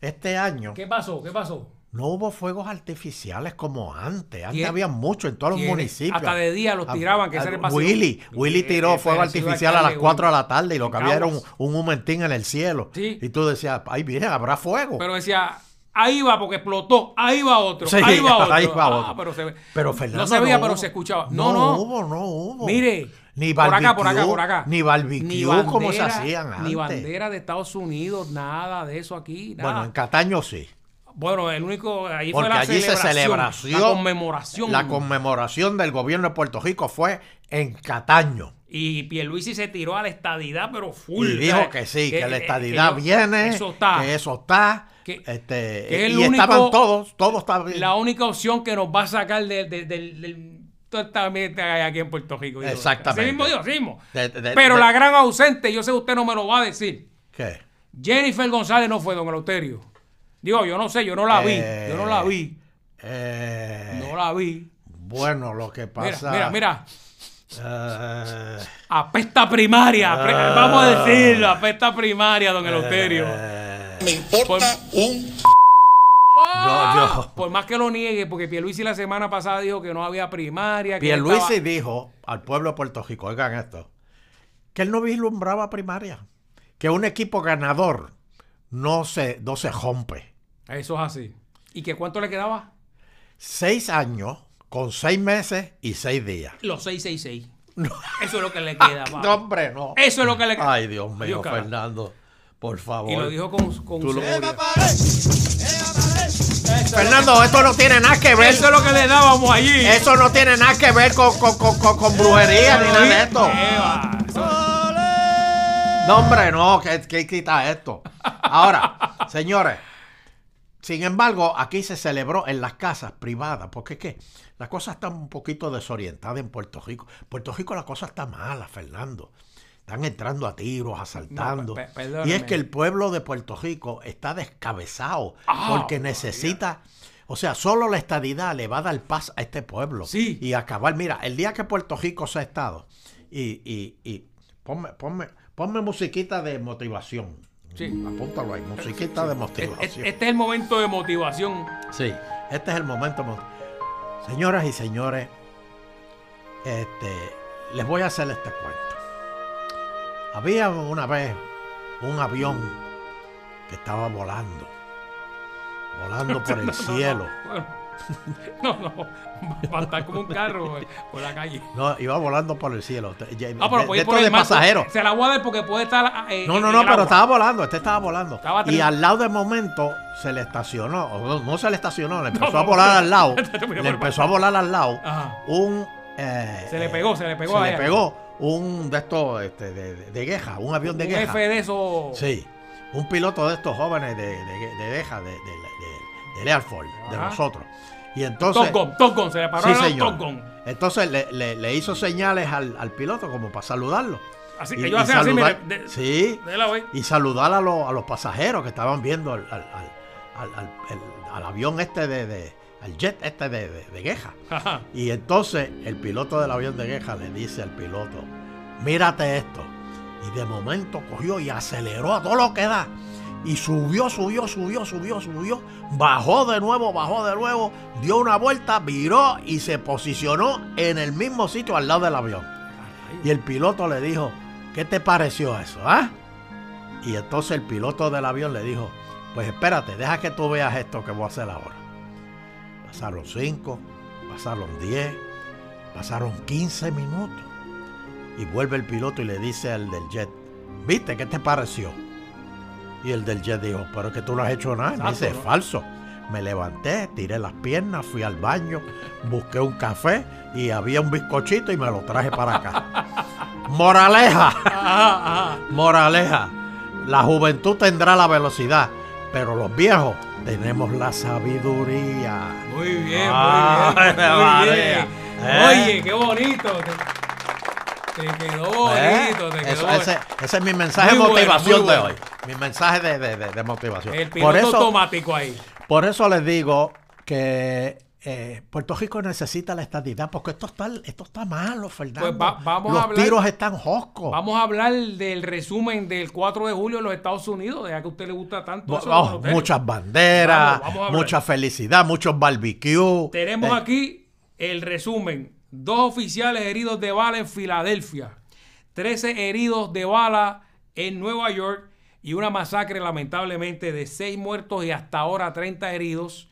[SPEAKER 2] Este año
[SPEAKER 1] ¿Qué pasó? ¿Qué pasó?
[SPEAKER 2] no hubo fuegos artificiales como antes. Antes
[SPEAKER 1] ¿Quién?
[SPEAKER 2] había mucho en todos los
[SPEAKER 1] ¿Quién?
[SPEAKER 2] municipios.
[SPEAKER 1] Hasta de día los
[SPEAKER 2] Ah,
[SPEAKER 1] tiraban, que
[SPEAKER 2] ah,
[SPEAKER 1] ese era el paseo.
[SPEAKER 2] Willy, Willy
[SPEAKER 1] Eh,
[SPEAKER 2] tiró
[SPEAKER 1] eh,
[SPEAKER 2] fuego
[SPEAKER 1] ese iba
[SPEAKER 2] artificial a las
[SPEAKER 1] alcalde,
[SPEAKER 2] 4 de
[SPEAKER 1] Willy.
[SPEAKER 2] la tarde y lo que
[SPEAKER 1] En
[SPEAKER 2] había era un,
[SPEAKER 1] Caguas.
[SPEAKER 2] un humentín en el cielo.
[SPEAKER 1] Sí.
[SPEAKER 2] Y tú decías, ahí viene, habrá fuego.
[SPEAKER 1] Pero decía, ahí va porque explotó, ahí va otro,
[SPEAKER 2] Sí,
[SPEAKER 1] ahí va otro.
[SPEAKER 2] ahí va
[SPEAKER 1] Ah,
[SPEAKER 2] otro.
[SPEAKER 1] pero se ve-
[SPEAKER 2] Pero Fernando.
[SPEAKER 1] No se veía, pero
[SPEAKER 2] hubo.
[SPEAKER 1] se escuchaba. No, no.
[SPEAKER 2] hubo, no hubo.
[SPEAKER 1] Mire,
[SPEAKER 2] Ni
[SPEAKER 1] por
[SPEAKER 2] barbecue,
[SPEAKER 1] acá, por acá, por acá.
[SPEAKER 2] Ni barbecue
[SPEAKER 1] Ni
[SPEAKER 2] como se
[SPEAKER 1] bandera,
[SPEAKER 2] hacían antes.
[SPEAKER 1] Ni bandera de Estados Unidos, nada de eso aquí. nada.
[SPEAKER 2] Bueno, en Cataño sí.
[SPEAKER 1] Bueno, el único. Ahí
[SPEAKER 2] Porque
[SPEAKER 1] fue la
[SPEAKER 2] allí se
[SPEAKER 1] celebración,
[SPEAKER 2] celebración.
[SPEAKER 1] La conmemoración.
[SPEAKER 2] La conmemoración del gobierno de Puerto Rico fue en Cataño.
[SPEAKER 1] y Pierluisi se tiró a la estadidad, pero full.
[SPEAKER 2] y
[SPEAKER 1] o
[SPEAKER 2] dijo
[SPEAKER 1] sea,
[SPEAKER 2] que sí, que, la
[SPEAKER 1] eh,
[SPEAKER 2] estadidad
[SPEAKER 1] que yo-
[SPEAKER 2] viene,
[SPEAKER 1] Eso está.
[SPEAKER 2] que eso está,
[SPEAKER 1] Que-
[SPEAKER 2] este,
[SPEAKER 1] que es el
[SPEAKER 2] y estaban
[SPEAKER 1] único-
[SPEAKER 2] todos, todos estaban,
[SPEAKER 1] la única opción que nos va a sacar de- de- del- del- toda esta mierda que hay aquí en Puerto Rico. digo.
[SPEAKER 2] Exactamente.
[SPEAKER 1] Así mismo digo, así mismo.
[SPEAKER 2] De- de-
[SPEAKER 1] Pero
[SPEAKER 2] de-
[SPEAKER 1] la gran ausente, yo sé que usted no me lo va a decir.
[SPEAKER 2] ¿qué?
[SPEAKER 1] Jennifer González no fue, don Eleuterio. Digo, yo no sé, yo no la vi.
[SPEAKER 2] Eh,
[SPEAKER 1] Yo no la vi.
[SPEAKER 2] Eh,
[SPEAKER 1] No la vi.
[SPEAKER 2] Bueno, lo que
[SPEAKER 1] Mira,
[SPEAKER 2] pasa...
[SPEAKER 1] mira, mira.
[SPEAKER 2] eh,
[SPEAKER 1] Apesta primaria. Pre-
[SPEAKER 2] Ah.
[SPEAKER 1] Vamos a decirlo, apesta primaria, don Eleuterio.
[SPEAKER 2] eh,
[SPEAKER 5] Me importa un
[SPEAKER 2] no, yo-
[SPEAKER 1] Por más que lo niegue, porque Pierluisi la semana pasada dijo que no había primaria. que
[SPEAKER 2] Pierluisi
[SPEAKER 1] estaba-
[SPEAKER 2] dijo al pueblo de Puerto Rico, oigan esto, que él no vislumbraba primaria, que un equipo ganador no se, no se rompe.
[SPEAKER 1] Eso es así. ¿Y que cuánto le quedaba?
[SPEAKER 2] Seis años con seis meses y seis días.
[SPEAKER 1] Los 666. Eso es lo que le queda. papi.
[SPEAKER 2] No, hombre, no.
[SPEAKER 1] Ah, Eso es lo que le queda.
[SPEAKER 2] Ay, Dios mío, eh.
[SPEAKER 1] Dios, cara.
[SPEAKER 2] Fernando, por favor.
[SPEAKER 1] Y lo dijo con, con
[SPEAKER 2] Tú lo-
[SPEAKER 1] seguridad.
[SPEAKER 2] ¡Eva
[SPEAKER 1] Eso
[SPEAKER 2] Fernando, esto no tiene nada que ver.
[SPEAKER 1] Eso es lo que le dábamos allí.
[SPEAKER 2] Eso no tiene nada que ver con, con, con, con- con brujería ni nada de esto.
[SPEAKER 1] Eh, Eva, eso-
[SPEAKER 2] No, hombre, no, que, que quita esto. Ahora, señores, sin embargo, aquí se celebró en las casas privadas, porque es que las cosas están un poquito desorientadas en Puerto Rico. Puerto Rico la cosa está mala, Fernando. Están entrando a tiros, asaltando.
[SPEAKER 1] pe- perdóname.
[SPEAKER 2] y es que el pueblo de Puerto Rico está descabezado
[SPEAKER 1] Ah,
[SPEAKER 2] porque necesita... O sea, solo la estadidad le va a dar paz a este pueblo.
[SPEAKER 1] Sí.
[SPEAKER 2] Y acabar, mira, el día que Puerto Rico sea Estado, y, y, y ponme, ponme, ponme musiquita de motivación.
[SPEAKER 1] Sí.
[SPEAKER 2] Apúntalo ahí, musiquita de
[SPEAKER 1] Es-
[SPEAKER 2] motivación.
[SPEAKER 1] es- Este es el momento de motivación.
[SPEAKER 2] Sí, este es el momento. mo- Señoras y señores, este, les voy a hacer este cuento. Había una vez un avión que estaba volando, volando por el cielo.
[SPEAKER 1] Bueno, no, no. Va a estar como un carro eh, por la calle.
[SPEAKER 2] No, iba volando por el cielo. Te- ya-
[SPEAKER 1] Ah, pero puede
[SPEAKER 2] de, de
[SPEAKER 1] ir
[SPEAKER 2] esto
[SPEAKER 1] por el
[SPEAKER 2] de
[SPEAKER 1] mar,
[SPEAKER 2] pasajeros.
[SPEAKER 1] Se la voy a dar porque puede estar. eh,
[SPEAKER 2] No, no,
[SPEAKER 1] en
[SPEAKER 2] no,
[SPEAKER 1] el
[SPEAKER 2] pero
[SPEAKER 1] agua.
[SPEAKER 2] estaba volando, este estaba volando.
[SPEAKER 1] Estaba
[SPEAKER 2] y
[SPEAKER 1] tren-
[SPEAKER 2] al lado de momento se le estacionó, o no, no se le estacionó, le empezó
[SPEAKER 1] no,
[SPEAKER 2] a volar al lado.
[SPEAKER 1] Te voy a
[SPEAKER 2] le
[SPEAKER 1] por-
[SPEAKER 2] empezó a volar al lado
[SPEAKER 1] Ajá.
[SPEAKER 2] un... eh,
[SPEAKER 1] Se le
[SPEAKER 2] eh,
[SPEAKER 1] pegó, se le pegó
[SPEAKER 2] Se
[SPEAKER 1] a
[SPEAKER 2] le
[SPEAKER 1] ella.
[SPEAKER 2] pegó un de estos este, de, de- de gueja, un avión de
[SPEAKER 1] Un
[SPEAKER 2] gueja.
[SPEAKER 1] F de eso.
[SPEAKER 2] Sí, un piloto de estos jóvenes de, de, de gueja, de, de, de- del Air Force, de
[SPEAKER 1] Ajá.
[SPEAKER 2] nosotros. Y
[SPEAKER 1] Top
[SPEAKER 2] entonces...
[SPEAKER 1] Gun, Top Gun, se le paró
[SPEAKER 2] Sí,
[SPEAKER 1] al lado
[SPEAKER 2] señor.
[SPEAKER 1] Top Gun.
[SPEAKER 2] Entonces le, le- le hizo señales al, al piloto como para saludarlo.
[SPEAKER 1] Así,
[SPEAKER 2] Y-
[SPEAKER 1] ellos
[SPEAKER 2] y
[SPEAKER 1] hacen así, mire.
[SPEAKER 2] saludar-
[SPEAKER 1] de-
[SPEAKER 2] sí,
[SPEAKER 1] de la wey.
[SPEAKER 2] y saludar a, los- a los pasajeros que estaban viendo al, al- al- al- al- el- al avión este de, de- al jet este de, de, de Gueja.
[SPEAKER 1] Ajá.
[SPEAKER 2] Y entonces el piloto del avión de Gueja le dice al piloto, mírate esto. Y de momento cogió y aceleró a todo lo que da. Y subió, subió, subió, subió, subió. Bajó de nuevo, bajó de nuevo. Dio una vuelta, viró y se posicionó en el mismo sitio al lado del avión. Y el piloto le dijo, ¿qué te pareció eso? ah?" Y entonces el piloto del avión le dijo, pues espérate, deja que tú veas esto que voy a hacer ahora. Pasaron 5, pasaron 10, pasaron 15 minutos. Y vuelve el piloto y le dice al del jet, ¿viste qué te pareció? Y el del jet dijo, pero es que tú no has hecho nada. Y me
[SPEAKER 1] Exacto,
[SPEAKER 2] dice,
[SPEAKER 1] ¿no?
[SPEAKER 2] falso. Me levanté, tiré las piernas, fui al baño, busqué un café y había un bizcochito y me lo traje para acá. Moraleja.
[SPEAKER 1] Ajá, ajá.
[SPEAKER 2] Moraleja, la juventud tendrá la velocidad, pero los viejos tenemos la sabiduría.
[SPEAKER 1] Muy bien, muy bien.
[SPEAKER 2] Ay,
[SPEAKER 1] muy
[SPEAKER 2] María.
[SPEAKER 1] bien.
[SPEAKER 2] Eh.
[SPEAKER 1] Oye, qué bonito. Te, te quedó
[SPEAKER 2] ¿Eh?
[SPEAKER 1] bonito, te quedó
[SPEAKER 2] Eso-
[SPEAKER 1] bonito.
[SPEAKER 2] ese, ese es mi mensaje
[SPEAKER 1] Muy
[SPEAKER 2] de
[SPEAKER 1] bueno,
[SPEAKER 2] motivación
[SPEAKER 1] muy bueno.
[SPEAKER 2] de hoy. Mi mensaje de, de- de- de motivación.
[SPEAKER 1] El piloto
[SPEAKER 2] Por eso,
[SPEAKER 1] automático ahí.
[SPEAKER 2] por eso les digo que eh, Puerto Rico necesita la estadidad, porque esto está, esto está malo, Fernando.
[SPEAKER 1] Pues va- vamos a
[SPEAKER 2] los
[SPEAKER 1] hablar-
[SPEAKER 2] tiros están joscos.
[SPEAKER 1] Vamos a hablar del resumen del 4 de julio en los Estados Unidos, de a que a usted le gusta tanto.
[SPEAKER 2] Bu-
[SPEAKER 1] eso,
[SPEAKER 2] vamos,
[SPEAKER 1] don Eleuterio.
[SPEAKER 2] Oh, muchas banderas,
[SPEAKER 1] Vamos, vamos a hablar.
[SPEAKER 2] mucha felicidad, muchos barbecues.
[SPEAKER 1] Tenemos
[SPEAKER 2] Eh,
[SPEAKER 1] aquí el resumen. Dos oficiales heridos de bala en Filadelfia. 13 heridos de bala en Nueva York. Y una masacre lamentablemente de 6 muertos y hasta ahora 30 heridos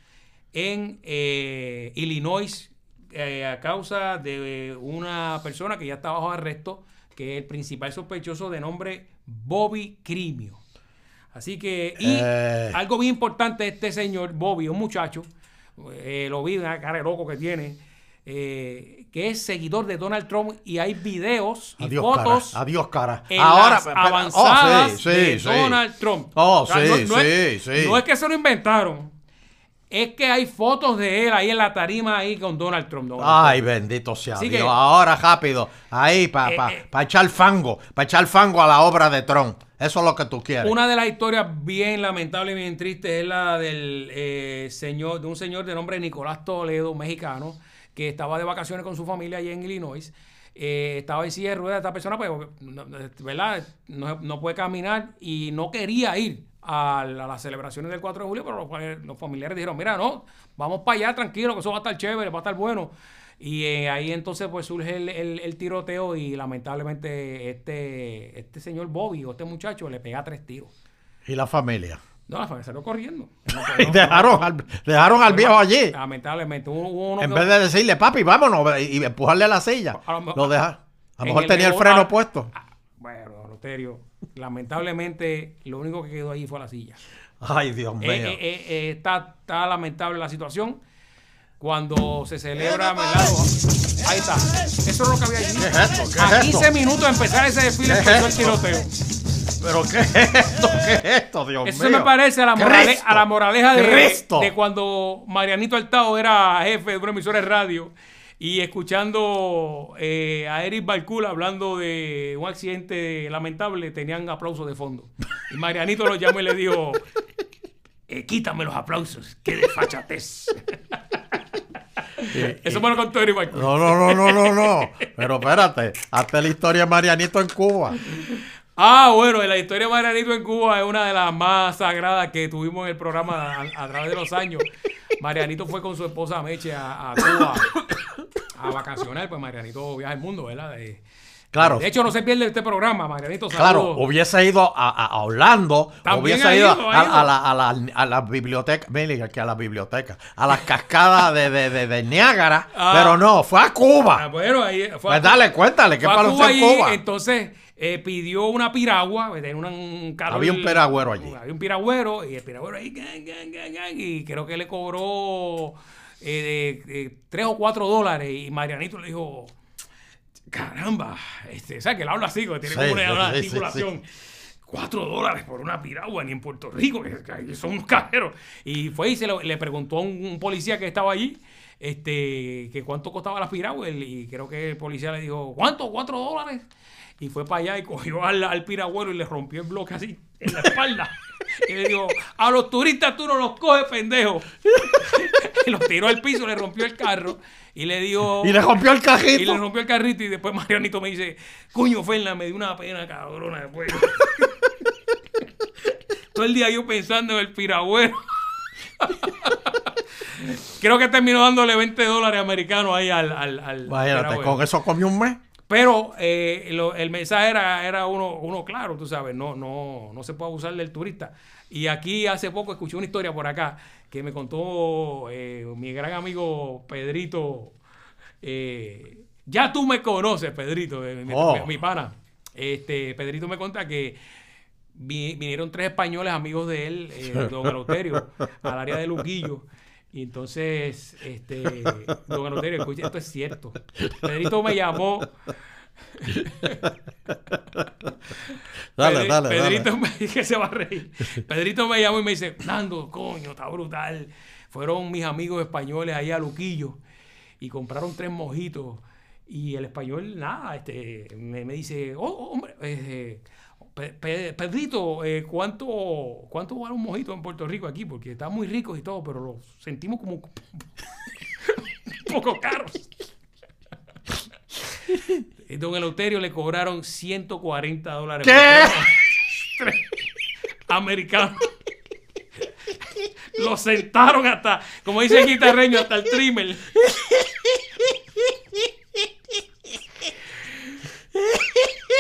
[SPEAKER 1] en eh, Illinois eh, a causa de una persona que ya está bajo arresto, que es el principal sospechoso de nombre Bobby Crimio. Así que, y
[SPEAKER 2] Eh.
[SPEAKER 1] algo bien importante de este señor, Bobby, un muchacho, eh, lo vi, una cara de loco que tiene, eh, que es seguidor de Donald Trump y hay videos y
[SPEAKER 2] Adiós,
[SPEAKER 1] fotos
[SPEAKER 2] cara. Adiós, cara.
[SPEAKER 1] en las
[SPEAKER 2] pero- pero- oh,
[SPEAKER 1] avanzadas
[SPEAKER 2] sí,
[SPEAKER 1] de
[SPEAKER 2] sí, sí.
[SPEAKER 1] Donald Trump.
[SPEAKER 2] Oh,
[SPEAKER 1] O sea,
[SPEAKER 2] sí,
[SPEAKER 1] no, no
[SPEAKER 2] sí,
[SPEAKER 1] es,
[SPEAKER 2] sí.
[SPEAKER 1] no es que se lo inventaron, es que hay fotos de él ahí en la tarima ahí con Donald Trump. Donald
[SPEAKER 2] Ay, bendito sea
[SPEAKER 1] Así
[SPEAKER 2] Dios.
[SPEAKER 1] que-
[SPEAKER 2] Ahora rápido. Ahí, para
[SPEAKER 1] Eh,
[SPEAKER 2] pa,
[SPEAKER 1] eh.
[SPEAKER 2] pa echar fango. Para echar fango a la obra de Tron. Eso es lo que tú quieres.
[SPEAKER 1] Una de las historias bien lamentable y bien triste es la del eh, señor, de un señor de nombre Nicolás Toledo, mexicano, que estaba de vacaciones con su familia allá en Illinois. Eh, estaba en silla de ruedas, esta persona, pues, no, no, ¿verdad? No, no puede caminar y no quería ir a, la- a las celebraciones del 4 de julio, pero los, fa- los familiares dijeron, mira, no, vamos para allá, tranquilo, que eso va a estar chévere, va a estar bueno. Y eh, ahí entonces pues surge el, el- el tiroteo y lamentablemente este, este señor Bobby o este muchacho le pega tres tiros.
[SPEAKER 2] Y la familia.
[SPEAKER 1] No, la familia salió corriendo.
[SPEAKER 2] Y dejaron al, dejaron al viejo allí.
[SPEAKER 1] Ah, Lamentablemente. Hubo, hubo uno
[SPEAKER 2] En
[SPEAKER 1] que-
[SPEAKER 2] vez de decirle, papi, vámonos. Y y empujarle a la silla.
[SPEAKER 1] A lo-
[SPEAKER 2] Lo dejaron. A
[SPEAKER 1] en
[SPEAKER 2] lo mejor
[SPEAKER 1] el
[SPEAKER 2] tenía el
[SPEAKER 1] negocio-
[SPEAKER 2] freno
[SPEAKER 1] ah,
[SPEAKER 2] puesto.
[SPEAKER 1] Bueno, Loterio, lamentablemente lo único que quedó ahí fue la silla.
[SPEAKER 2] Ay, Dios mío.
[SPEAKER 1] Eh, eh, eh, eh, está, está lamentable la situación. Cuando se celebra,
[SPEAKER 2] Viene,
[SPEAKER 1] ¿verdad? Ahí está. Eso es lo que había allí.
[SPEAKER 2] ¿Qué es esto? ¿Qué
[SPEAKER 1] A
[SPEAKER 2] es
[SPEAKER 1] 15
[SPEAKER 2] esto?
[SPEAKER 1] minutos de empezar ese desfile
[SPEAKER 2] ¿Qué es
[SPEAKER 1] empezó el
[SPEAKER 2] esto?
[SPEAKER 1] tiroteo.
[SPEAKER 2] ¿Pero qué es esto? ¿Qué es esto, Dios
[SPEAKER 1] Eso
[SPEAKER 2] mío?
[SPEAKER 1] me parece a la, morale-
[SPEAKER 2] Cristo.
[SPEAKER 1] a la moraleja de,
[SPEAKER 2] ¡Cristo!
[SPEAKER 1] de cuando Marianito Altao era jefe de una emisora de radio y escuchando eh, a Eric Balcula hablando de un accidente lamentable, tenían aplausos de fondo. Y Marianito lo llamó y le dijo, "Eh, quítame los aplausos, qué desfachatez.
[SPEAKER 2] Eh,
[SPEAKER 1] Eso me lo contó Eric Balcula.
[SPEAKER 2] No, no, no, no, no, no. Pero espérate, hasta la historia de Marianito en Cuba.
[SPEAKER 1] Ah, bueno, la historia de Marianito en Cuba es una de las más sagradas que tuvimos en el programa a, a través de los años. Marianito fue con su esposa Meche a, a Cuba a vacacionar, pues Marianito viaja el mundo, ¿verdad? De,
[SPEAKER 2] Claro,
[SPEAKER 1] de hecho, no se pierde este programa, Marianito.
[SPEAKER 2] claro,
[SPEAKER 1] saludos.
[SPEAKER 2] hubiese ido a, a- a Orlando,
[SPEAKER 1] También
[SPEAKER 2] hubiese
[SPEAKER 1] ha
[SPEAKER 2] ido,
[SPEAKER 1] ido,
[SPEAKER 2] a,
[SPEAKER 1] ha ido.
[SPEAKER 2] a la, a la- a la biblioteca, mira que a la biblioteca, a las cascadas de, de, de- de Niágara,
[SPEAKER 1] Ah.
[SPEAKER 2] pero no, fue a
[SPEAKER 1] Ah,
[SPEAKER 2] Cuba.
[SPEAKER 1] bueno, ahí fue a
[SPEAKER 2] Pues dale, cuéntale, ¿qué
[SPEAKER 1] Fue a
[SPEAKER 2] pasó
[SPEAKER 1] Cuba
[SPEAKER 2] en
[SPEAKER 1] allí,
[SPEAKER 2] Cuba?
[SPEAKER 1] Entonces eh, pidió una piragua, pues, tenía una- un calor-
[SPEAKER 2] Había un piragüero allí.
[SPEAKER 1] Había un piragüero y el piragüero ahí, gan, gan, gan, gan, y creo que le cobró eh, de- de tres o cuatro dólares y Marianito le dijo, caramba, este, ¿sabes que él habla así, que tiene
[SPEAKER 2] Sí,
[SPEAKER 1] como una, una
[SPEAKER 2] sí, sí,
[SPEAKER 1] articulación? Cuatro dólares por una piragua, ni en Puerto Rico, que- que son unos cajeros. Y fue y se lo- le preguntó a un, un policía que estaba allí este, que cuánto costaba la piragua. el- Y creo que el policía le dijo, ¿cuánto? ¿Cuatro dólares? Y fue para allá y cogió al, al piragüero y le rompió el bloque así en la espalda. Y le dijo, a los turistas tú no los coges, pendejo. Y los tiró al piso, le rompió el carro y le dijo...
[SPEAKER 2] Y le rompió el
[SPEAKER 1] Y le
[SPEAKER 2] cajito.
[SPEAKER 1] rompió el carrito y después Marianito me dice, coño, Fernández, me dio una pena, cabrona, después. Todo el día yo pensando en el piragüero. Creo que terminó dándole 20 dólares americanos ahí al, al, al
[SPEAKER 2] Imagínate,
[SPEAKER 1] piragüero.
[SPEAKER 2] con eso comió un mes.
[SPEAKER 1] Pero eh, lo- el mensaje era, era uno, uno claro, tú sabes, no, no, no se puede abusar del turista. Y aquí hace poco escuché una historia por acá que me contó eh, mi gran amigo Pedrito. eh, ya tú me conoces, Pedrito, eh, mi,
[SPEAKER 2] Oh.
[SPEAKER 1] mi- mi pana. Este, Pedrito me cuenta que vi- vinieron tres españoles amigos de él, eh, don Eleuterio, al área de Luquillo. Y entonces, este, don Eleuterio, escucha, esto es cierto. Pedrito me llamó.
[SPEAKER 2] Dale,
[SPEAKER 1] Pedri-
[SPEAKER 2] dale,
[SPEAKER 1] Pedrito
[SPEAKER 2] dale.
[SPEAKER 1] me- que se va a reír. Pedrito me llamó y me dice, Nando, coño, está brutal. Fueron mis amigos españoles ahí a Luquillo y compraron tres mojitos. Y el español, nada, este, me, me dice, oh, hombre, eh, Pe- Pe- Pedrito, eh, ¿cuánto, ¿cuánto vale un mojito en Puerto Rico aquí? Porque está muy ricos y todo, pero lo sentimos como un poco caros. Y Don Eleuterio le cobraron 140 dólares. por
[SPEAKER 2] ¿Qué?
[SPEAKER 1] tres- tres americanos. Lo sentaron hasta, como dice el guitarreño, hasta el trimmer.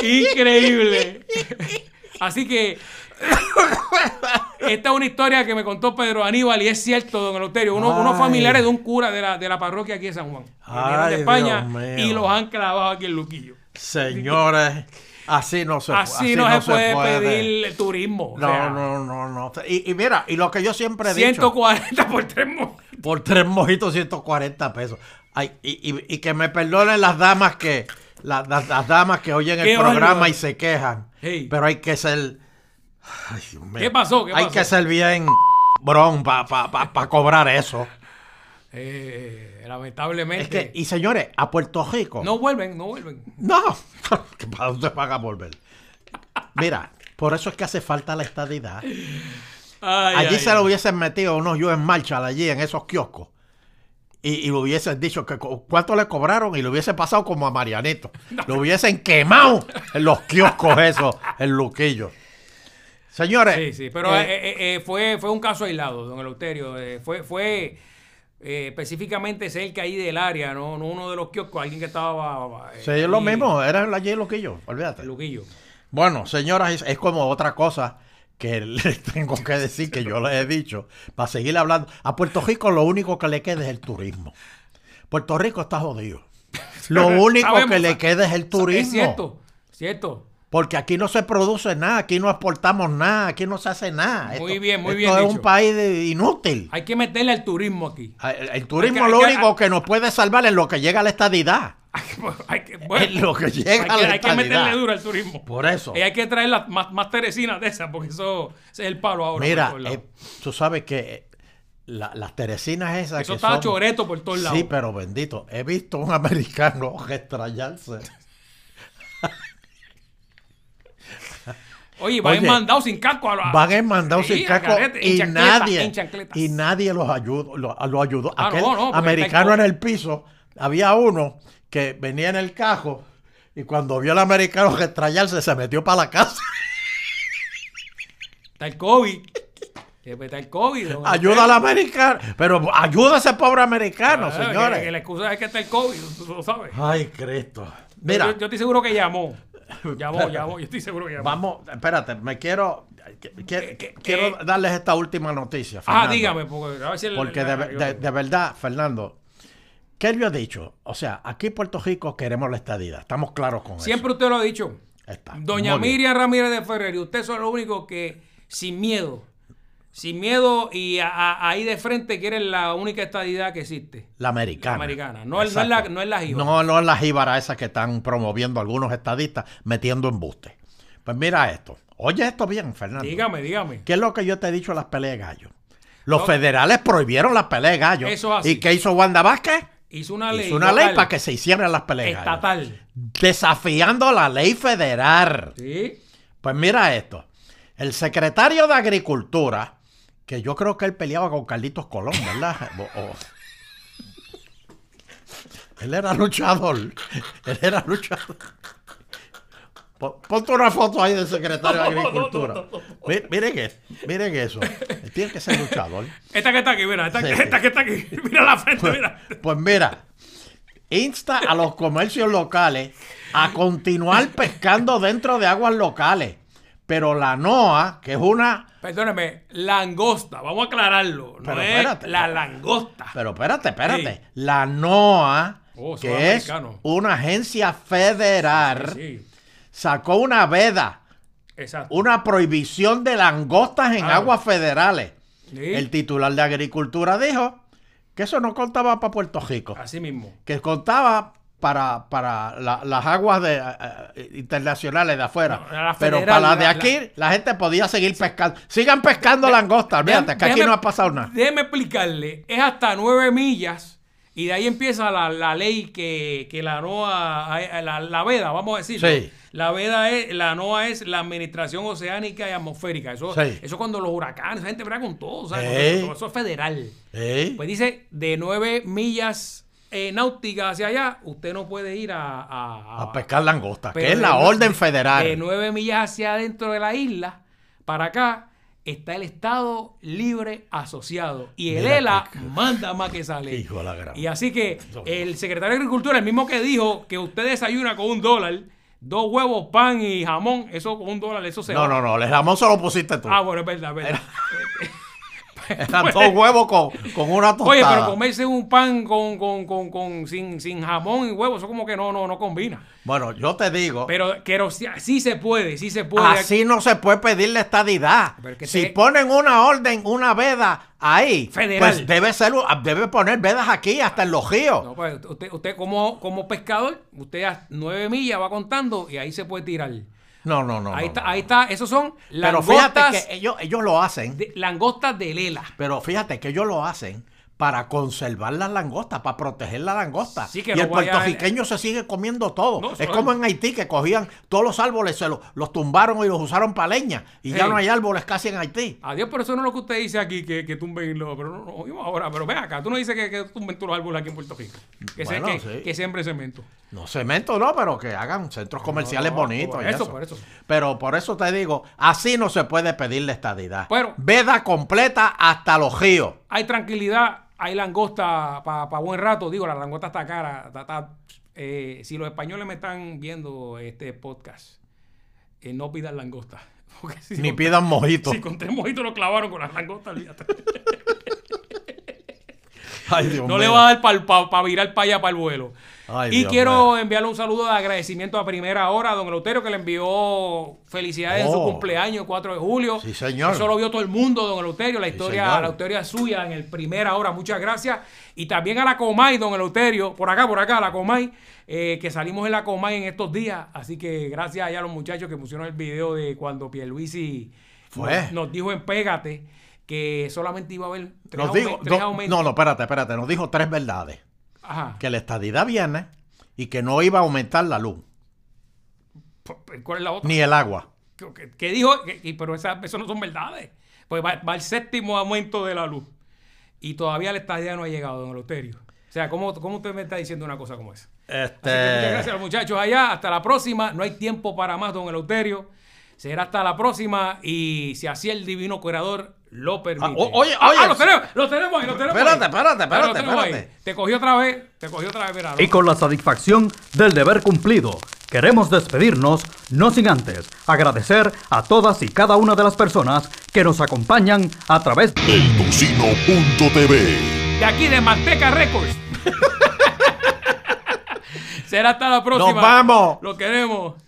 [SPEAKER 1] Increíble. Así que esta es una historia que me contó Pedro Aníbal y es cierto, don Eleuterio. Uno- unos
[SPEAKER 2] Ay.
[SPEAKER 1] familiares de un cura de la, de la parroquia aquí de San Juan. Vinieron de
[SPEAKER 2] Ay,
[SPEAKER 1] España
[SPEAKER 2] Dios mío.
[SPEAKER 1] y los han clavado aquí en Luquillo.
[SPEAKER 2] Señores, así no se,
[SPEAKER 1] Así, no, se puede, pedir el turismo. o
[SPEAKER 2] No,
[SPEAKER 1] sea,
[SPEAKER 2] no, no, no. Y, y mira, y lo que yo siempre he dicho,
[SPEAKER 1] 140 por tres mo-
[SPEAKER 2] por tres mojitos 140 pesos. Ay, y, y- y que me perdonen las damas que la- las, las damas que oyen
[SPEAKER 1] Qué
[SPEAKER 2] el programa
[SPEAKER 1] bárbaro.
[SPEAKER 2] y se quejan.
[SPEAKER 1] Hey.
[SPEAKER 2] Pero hay que ser Ay, Dios mío.
[SPEAKER 1] ¿Qué pasó? ¿Qué
[SPEAKER 2] hay
[SPEAKER 1] pasó?
[SPEAKER 2] que ser bien bron para cobrar eso.
[SPEAKER 1] Eh, lamentablemente.
[SPEAKER 2] Es que, y señores, a Puerto Rico.
[SPEAKER 1] Este. No vuelven, no vuelven.
[SPEAKER 2] No, ¿para dónde van a volver? Mira, por eso es que hace falta la estadidad.
[SPEAKER 1] Ay,
[SPEAKER 2] allí
[SPEAKER 1] ay,
[SPEAKER 2] se lo
[SPEAKER 1] ay.
[SPEAKER 2] hubiesen metido unos US Marshall allí en esos kioscos. Y, y le hubiesen dicho que co- cuánto le cobraron y le hubiese pasado como a Marianito. Lo hubiesen quemado en los kioscos esos, en Luquillo. Señores.
[SPEAKER 1] Sí, sí, pero
[SPEAKER 2] eh,
[SPEAKER 1] eh, eh, eh, fue, fue un caso aislado, don Eleuterio. eh, fue fue eh, específicamente cerca ahí del área, no, no uno de los kioscos, alguien que estaba. eh,
[SPEAKER 2] sí, es lo
[SPEAKER 1] ahí,
[SPEAKER 2] mismo, era allí en Luquillo, olvídate.
[SPEAKER 1] en Luquillo.
[SPEAKER 2] Bueno, señoras, es, es como otra cosa que les tengo que decir que yo les he dicho para seguir hablando. A Puerto Rico lo único que le queda es el turismo. Puerto Rico está jodido. Lo único
[SPEAKER 1] Sabemos,
[SPEAKER 2] que le queda es el turismo.
[SPEAKER 1] Es cierto, cierto.
[SPEAKER 2] Porque aquí no se produce nada, aquí no exportamos nada, aquí no se hace nada.
[SPEAKER 1] Muy
[SPEAKER 2] Esto-
[SPEAKER 1] bien, muy
[SPEAKER 2] esto
[SPEAKER 1] bien
[SPEAKER 2] es
[SPEAKER 1] dicho.
[SPEAKER 2] un país de- inútil.
[SPEAKER 1] Hay que meterle al turismo aquí.
[SPEAKER 2] El, el turismo
[SPEAKER 1] Hay que-
[SPEAKER 2] es
[SPEAKER 1] hay
[SPEAKER 2] lo
[SPEAKER 1] que-
[SPEAKER 2] único que nos puede salvar en lo que llega a la estadidad.
[SPEAKER 1] Hay que, hay que- bueno,
[SPEAKER 2] Es lo que llega
[SPEAKER 1] hay
[SPEAKER 2] a
[SPEAKER 1] que-
[SPEAKER 2] la
[SPEAKER 1] hay que
[SPEAKER 2] estadidad.
[SPEAKER 1] meterle duro al turismo.
[SPEAKER 2] Por eso.
[SPEAKER 1] Y hay que traer las más, más teresinas de esas, porque eso ese es el palo ahora. por
[SPEAKER 2] Mira,
[SPEAKER 1] todos lados.
[SPEAKER 2] eh, tú sabes que eh, la- las teresinas esas
[SPEAKER 1] eso
[SPEAKER 2] que
[SPEAKER 1] está
[SPEAKER 2] son-
[SPEAKER 1] choreto por todos lados.
[SPEAKER 2] Sí, pero bendito, he visto un americano estrellarse.
[SPEAKER 1] Oye, van
[SPEAKER 2] Oye,
[SPEAKER 1] mandados sin casco a la-
[SPEAKER 2] Van en mandado
[SPEAKER 1] Sí,
[SPEAKER 2] sin
[SPEAKER 1] a
[SPEAKER 2] casco
[SPEAKER 1] carete, en
[SPEAKER 2] y
[SPEAKER 1] chancleta,
[SPEAKER 2] nadie
[SPEAKER 1] en chancleta.
[SPEAKER 2] y nadie los ayudó, lo, lo ayudó.
[SPEAKER 1] Ah,
[SPEAKER 2] Aquel
[SPEAKER 1] no, no, porque
[SPEAKER 2] americano
[SPEAKER 1] está el
[SPEAKER 2] en el piso, había uno que venía en el cajo y cuando vio al americano estrellarse se metió para la casa.
[SPEAKER 1] Está el COVID. pues, Está el COVID. don
[SPEAKER 2] Ayuda al americano, pero ayuda a ese pobre americano,
[SPEAKER 1] Ah, que-
[SPEAKER 2] señores.
[SPEAKER 1] Que, la excusa es que está el COVID, tú- tú lo sabes.
[SPEAKER 2] Ay, Cristo. Mira,
[SPEAKER 1] Yo, yo estoy seguro que llamó. Llamó, llamó. Yo estoy seguro que llamó.
[SPEAKER 2] vamos, espérate, me quiero qui- qui-
[SPEAKER 1] que-
[SPEAKER 2] quiero
[SPEAKER 1] que-
[SPEAKER 2] darles esta última noticia.
[SPEAKER 1] Eh, ah,
[SPEAKER 2] Fernando.
[SPEAKER 1] dígame, porque a ver si el-
[SPEAKER 2] Porque de,
[SPEAKER 1] la-
[SPEAKER 2] ver-
[SPEAKER 1] yo-
[SPEAKER 2] de- de verdad, Fernando, ¿qué yo he dicho? O sea, aquí en Puerto Rico queremos la estadidad. Estamos claros con
[SPEAKER 1] Siempre usted lo ha dicho.
[SPEAKER 2] eso. Está.
[SPEAKER 1] Doña
[SPEAKER 2] Muy bien.
[SPEAKER 1] Miriam Ramírez de Ferrer, y usted son los únicos que sin miedo, sin miedo y a- a- ahí de frente quieren la única estadidad que existe.
[SPEAKER 2] La americana.
[SPEAKER 1] La americana. No el- no es la- no es la jíbara.
[SPEAKER 2] No, no es la jíbara esa que están promoviendo algunos estadistas metiendo embuste. Pues mira esto. Oye esto bien, Fernando.
[SPEAKER 1] Dígame, dígame.
[SPEAKER 2] ¿Qué es lo que yo te he dicho de las peleas de gallos? Los
[SPEAKER 1] No.
[SPEAKER 2] federales prohibieron las peleas de gallos.
[SPEAKER 1] Eso así.
[SPEAKER 2] ¿Y qué hizo Wanda Vázquez?
[SPEAKER 1] Hizo una ley.
[SPEAKER 2] hizo una ley
[SPEAKER 1] local,
[SPEAKER 2] para que se hicieran las peleas de gallos.
[SPEAKER 1] estatal.
[SPEAKER 2] Desafiando la ley federal.
[SPEAKER 1] Sí.
[SPEAKER 2] Pues mira esto. El secretario de Agricultura, que yo creo que él peleaba con Carlitos Colón, ¿verdad? O- o- Él era luchador. Él era luchador. Pon- Ponte una foto ahí del secretario de Agricultura. Mi- Miren, eso, miren eso. Él tiene que ser luchador.
[SPEAKER 1] Esta que está aquí, mira, esta,
[SPEAKER 2] Sí.
[SPEAKER 1] esta que está aquí. Mira la frente, mira.
[SPEAKER 2] Pues mira, insta a los comercios locales a continuar pescando dentro de aguas locales. Pero la NOA, que es una
[SPEAKER 1] Perdóneme, langosta, vamos a aclararlo. No
[SPEAKER 2] Pero
[SPEAKER 1] es
[SPEAKER 2] espérate.
[SPEAKER 1] la langosta.
[SPEAKER 2] Pero espérate, espérate.
[SPEAKER 1] Sí.
[SPEAKER 2] La NOAA,
[SPEAKER 1] Oh, eso
[SPEAKER 2] que
[SPEAKER 1] es
[SPEAKER 2] es
[SPEAKER 1] americano.
[SPEAKER 2] una agencia federal,
[SPEAKER 1] Sí,
[SPEAKER 2] sacó una veda,
[SPEAKER 1] exacto.
[SPEAKER 2] una prohibición de langostas en
[SPEAKER 1] Claro.
[SPEAKER 2] aguas federales.
[SPEAKER 1] Ah. Sí.
[SPEAKER 2] El titular de Agricultura dijo que eso no contaba para Puerto Rico,
[SPEAKER 1] Así mismo.
[SPEAKER 2] que contaba para, para la- las aguas de, eh, eh, internacionales de afuera.
[SPEAKER 1] No, la
[SPEAKER 2] Pero
[SPEAKER 1] federal,
[SPEAKER 2] para la de
[SPEAKER 1] la-
[SPEAKER 2] aquí, la, gente podía seguir pescando. Sigan pescando langostas, olvídate, que aquí
[SPEAKER 1] Déjeme-
[SPEAKER 2] no ha pasado nada.
[SPEAKER 1] Déjeme explicarle, es hasta nueve millas y de ahí empieza la, la ley que, que la NOA, a- a- la, la veda, vamos a decir.
[SPEAKER 2] Sí.
[SPEAKER 1] La veda es, la NOA es la Administración Oceánica y Atmosférica. Eso,
[SPEAKER 2] Sí. Eh.
[SPEAKER 1] eso cuando los huracanes, esa gente verá con todo, ¿sabes?
[SPEAKER 2] Ey.
[SPEAKER 1] Eso, eso es federal.
[SPEAKER 2] Ey.
[SPEAKER 1] Pues dice, de nueve millas eh, náuticas hacia allá, usted no puede ir a... a-
[SPEAKER 2] A pescar langosta,
[SPEAKER 1] Ah. Pero
[SPEAKER 2] que es
[SPEAKER 1] de
[SPEAKER 2] la
[SPEAKER 1] nue-
[SPEAKER 2] orden federal.
[SPEAKER 1] De nueve millas hacia adentro de la isla, para acá, está el Estado Libre Asociado. Y el
[SPEAKER 2] Mira
[SPEAKER 1] ELA
[SPEAKER 2] qué-
[SPEAKER 1] manda más que sale.
[SPEAKER 2] Hijo de la gran-
[SPEAKER 1] Y así que el secretario de Agricultura, el mismo que dijo que usted desayuna con un dólar, dos huevos, pan y jamón, eso con un dólar, eso se
[SPEAKER 2] no,
[SPEAKER 1] va.
[SPEAKER 2] no, no, el jamón se lo pusiste tú.
[SPEAKER 1] Ah, bueno, es verdad, es verdad.
[SPEAKER 2] Eran dos huevos con, con una tostada.
[SPEAKER 1] Oye, pero comerse un pan con, con, con, con- sin, sin jamón y huevo, eso como que no, no, no combina.
[SPEAKER 2] Bueno, yo te digo,
[SPEAKER 1] Pero, pero sí, sí se puede, sí se puede.
[SPEAKER 2] así no se puede pedir la estadidad.
[SPEAKER 1] Pero que
[SPEAKER 2] Si
[SPEAKER 1] te-
[SPEAKER 2] ponen una orden, una veda ahí,
[SPEAKER 1] Federal.
[SPEAKER 2] pues debe, ser, debe poner vedas aquí, hasta en los ríos.
[SPEAKER 1] No, pues, usted, usted como, como pescador, usted a nueve millas va contando y ahí se puede tirar.
[SPEAKER 2] No, no, no.
[SPEAKER 1] ahí
[SPEAKER 2] no,
[SPEAKER 1] está,
[SPEAKER 2] no.
[SPEAKER 1] ahí está, esos son
[SPEAKER 2] Pero fíjate
[SPEAKER 1] langostas,
[SPEAKER 2] que eh, ellos, ellos lo hacen,
[SPEAKER 1] de, langostas de lela.
[SPEAKER 2] pero fíjate que ellos lo hacen para conservar las langostas, para proteger las langostas.
[SPEAKER 1] Sí, que
[SPEAKER 2] y
[SPEAKER 1] no
[SPEAKER 2] el
[SPEAKER 1] vaya-
[SPEAKER 2] puertorriqueño se sigue comiendo todo.
[SPEAKER 1] No,
[SPEAKER 2] es
[SPEAKER 1] son-
[SPEAKER 2] como en Haití que cogían todos los árboles, se lo- los tumbaron y los usaron para leña. Y ya
[SPEAKER 1] Sí.
[SPEAKER 2] no hay árboles casi en Haití.
[SPEAKER 1] Adiós, pero eso no es lo que usted dice aquí, que, que tumben los... Pero no, no, oímos ahora, pero ven acá, tú no dices que, que tumben todos los árboles aquí en Puerto Rico. Que, se,
[SPEAKER 2] Bueno,
[SPEAKER 1] que,
[SPEAKER 2] sí.
[SPEAKER 1] que siembre cemento.
[SPEAKER 2] No cemento, no, pero que hagan centros comerciales
[SPEAKER 1] no,
[SPEAKER 2] bonitos.
[SPEAKER 1] por
[SPEAKER 2] y
[SPEAKER 1] eso,
[SPEAKER 2] eso.
[SPEAKER 1] por eso.
[SPEAKER 2] Pero por eso te digo, así no se puede pedir la estadidad.
[SPEAKER 1] Pero-
[SPEAKER 2] Veda completa hasta los ríos.
[SPEAKER 1] Hay tranquilidad, hay langosta para buen rato. Digo, la langosta está cara. está- está- eh, si los españoles me están viendo este podcast, eh, no pidan langosta. Porque si
[SPEAKER 2] Ni
[SPEAKER 1] no-
[SPEAKER 2] pidan mojitos.
[SPEAKER 1] Si con tres mojitos lo clavaron con las langostas, olvídate.
[SPEAKER 2] Ay, Dios
[SPEAKER 1] no le
[SPEAKER 2] mío.
[SPEAKER 1] va a dar para virar para allá para el vuelo.
[SPEAKER 2] Ay,
[SPEAKER 1] y
[SPEAKER 2] Dios
[SPEAKER 1] quiero enviarle un saludo de agradecimiento a primera hora a don Eleuterio que le envió felicidades en su
[SPEAKER 2] Oh.
[SPEAKER 1] cumpleaños, 4 de julio.
[SPEAKER 2] Sí, señor.
[SPEAKER 1] Eso lo vio todo el mundo, don Eleuterio. La historia,
[SPEAKER 2] señor.
[SPEAKER 1] la historia suya en el primera hora. Muchas gracias. Y también a la Comay, don Eleuterio, por acá, por acá, a la Comay, eh, que salimos en la Comay en estos días. Así que gracias allá a los muchachos que pusieron el video de cuando Pierluisi
[SPEAKER 2] Fue.
[SPEAKER 1] Nos, nos dijo en Pégate que solamente iba a haber tres,
[SPEAKER 2] Nos
[SPEAKER 1] aumen-
[SPEAKER 2] dijo,
[SPEAKER 1] tres
[SPEAKER 2] no,
[SPEAKER 1] aumentos.
[SPEAKER 2] no, no, espérate, espérate. Nos dijo tres verdades.
[SPEAKER 1] Ajá.
[SPEAKER 2] Que la estadidad viene y que no iba a aumentar la luz,
[SPEAKER 1] ¿Cuál es la otra?
[SPEAKER 2] ni el agua.
[SPEAKER 1] ¿Qué- qué- qué dijo? ¿Qué- y- pero esas, eso no son verdades. Pues va, va el séptimo aumento de la luz. Y todavía la estadía no ha llegado, don Eloterio. O sea, ¿cómo, ¿cómo usted me está diciendo una cosa como esa? Así que muchas gracias a
[SPEAKER 2] Este,
[SPEAKER 1] los muchachos allá. Hasta la próxima. No hay tiempo para más, don Eleuterio. Será hasta la próxima. Y si así el divino curador lo permite.
[SPEAKER 2] Ah, o- oye, oye.
[SPEAKER 1] Ah, lo tenemos, lo tenemos ahí, lo tenemos
[SPEAKER 2] Espérate,
[SPEAKER 1] ahí. Ah,
[SPEAKER 2] espérate, espérate,
[SPEAKER 1] Lo tenemos ahí.
[SPEAKER 2] espérate.
[SPEAKER 1] Te cogió otra vez, te cogió otra vez, mira,
[SPEAKER 5] Y con la satisfacción del deber cumplido, queremos despedirnos, no sin antes agradecer a todas y cada una de las personas que nos acompañan a través de...
[SPEAKER 6] Eltocino.tv
[SPEAKER 1] De aquí de Manteca Records. Será hasta la próxima.
[SPEAKER 2] vamos.
[SPEAKER 1] Lo queremos.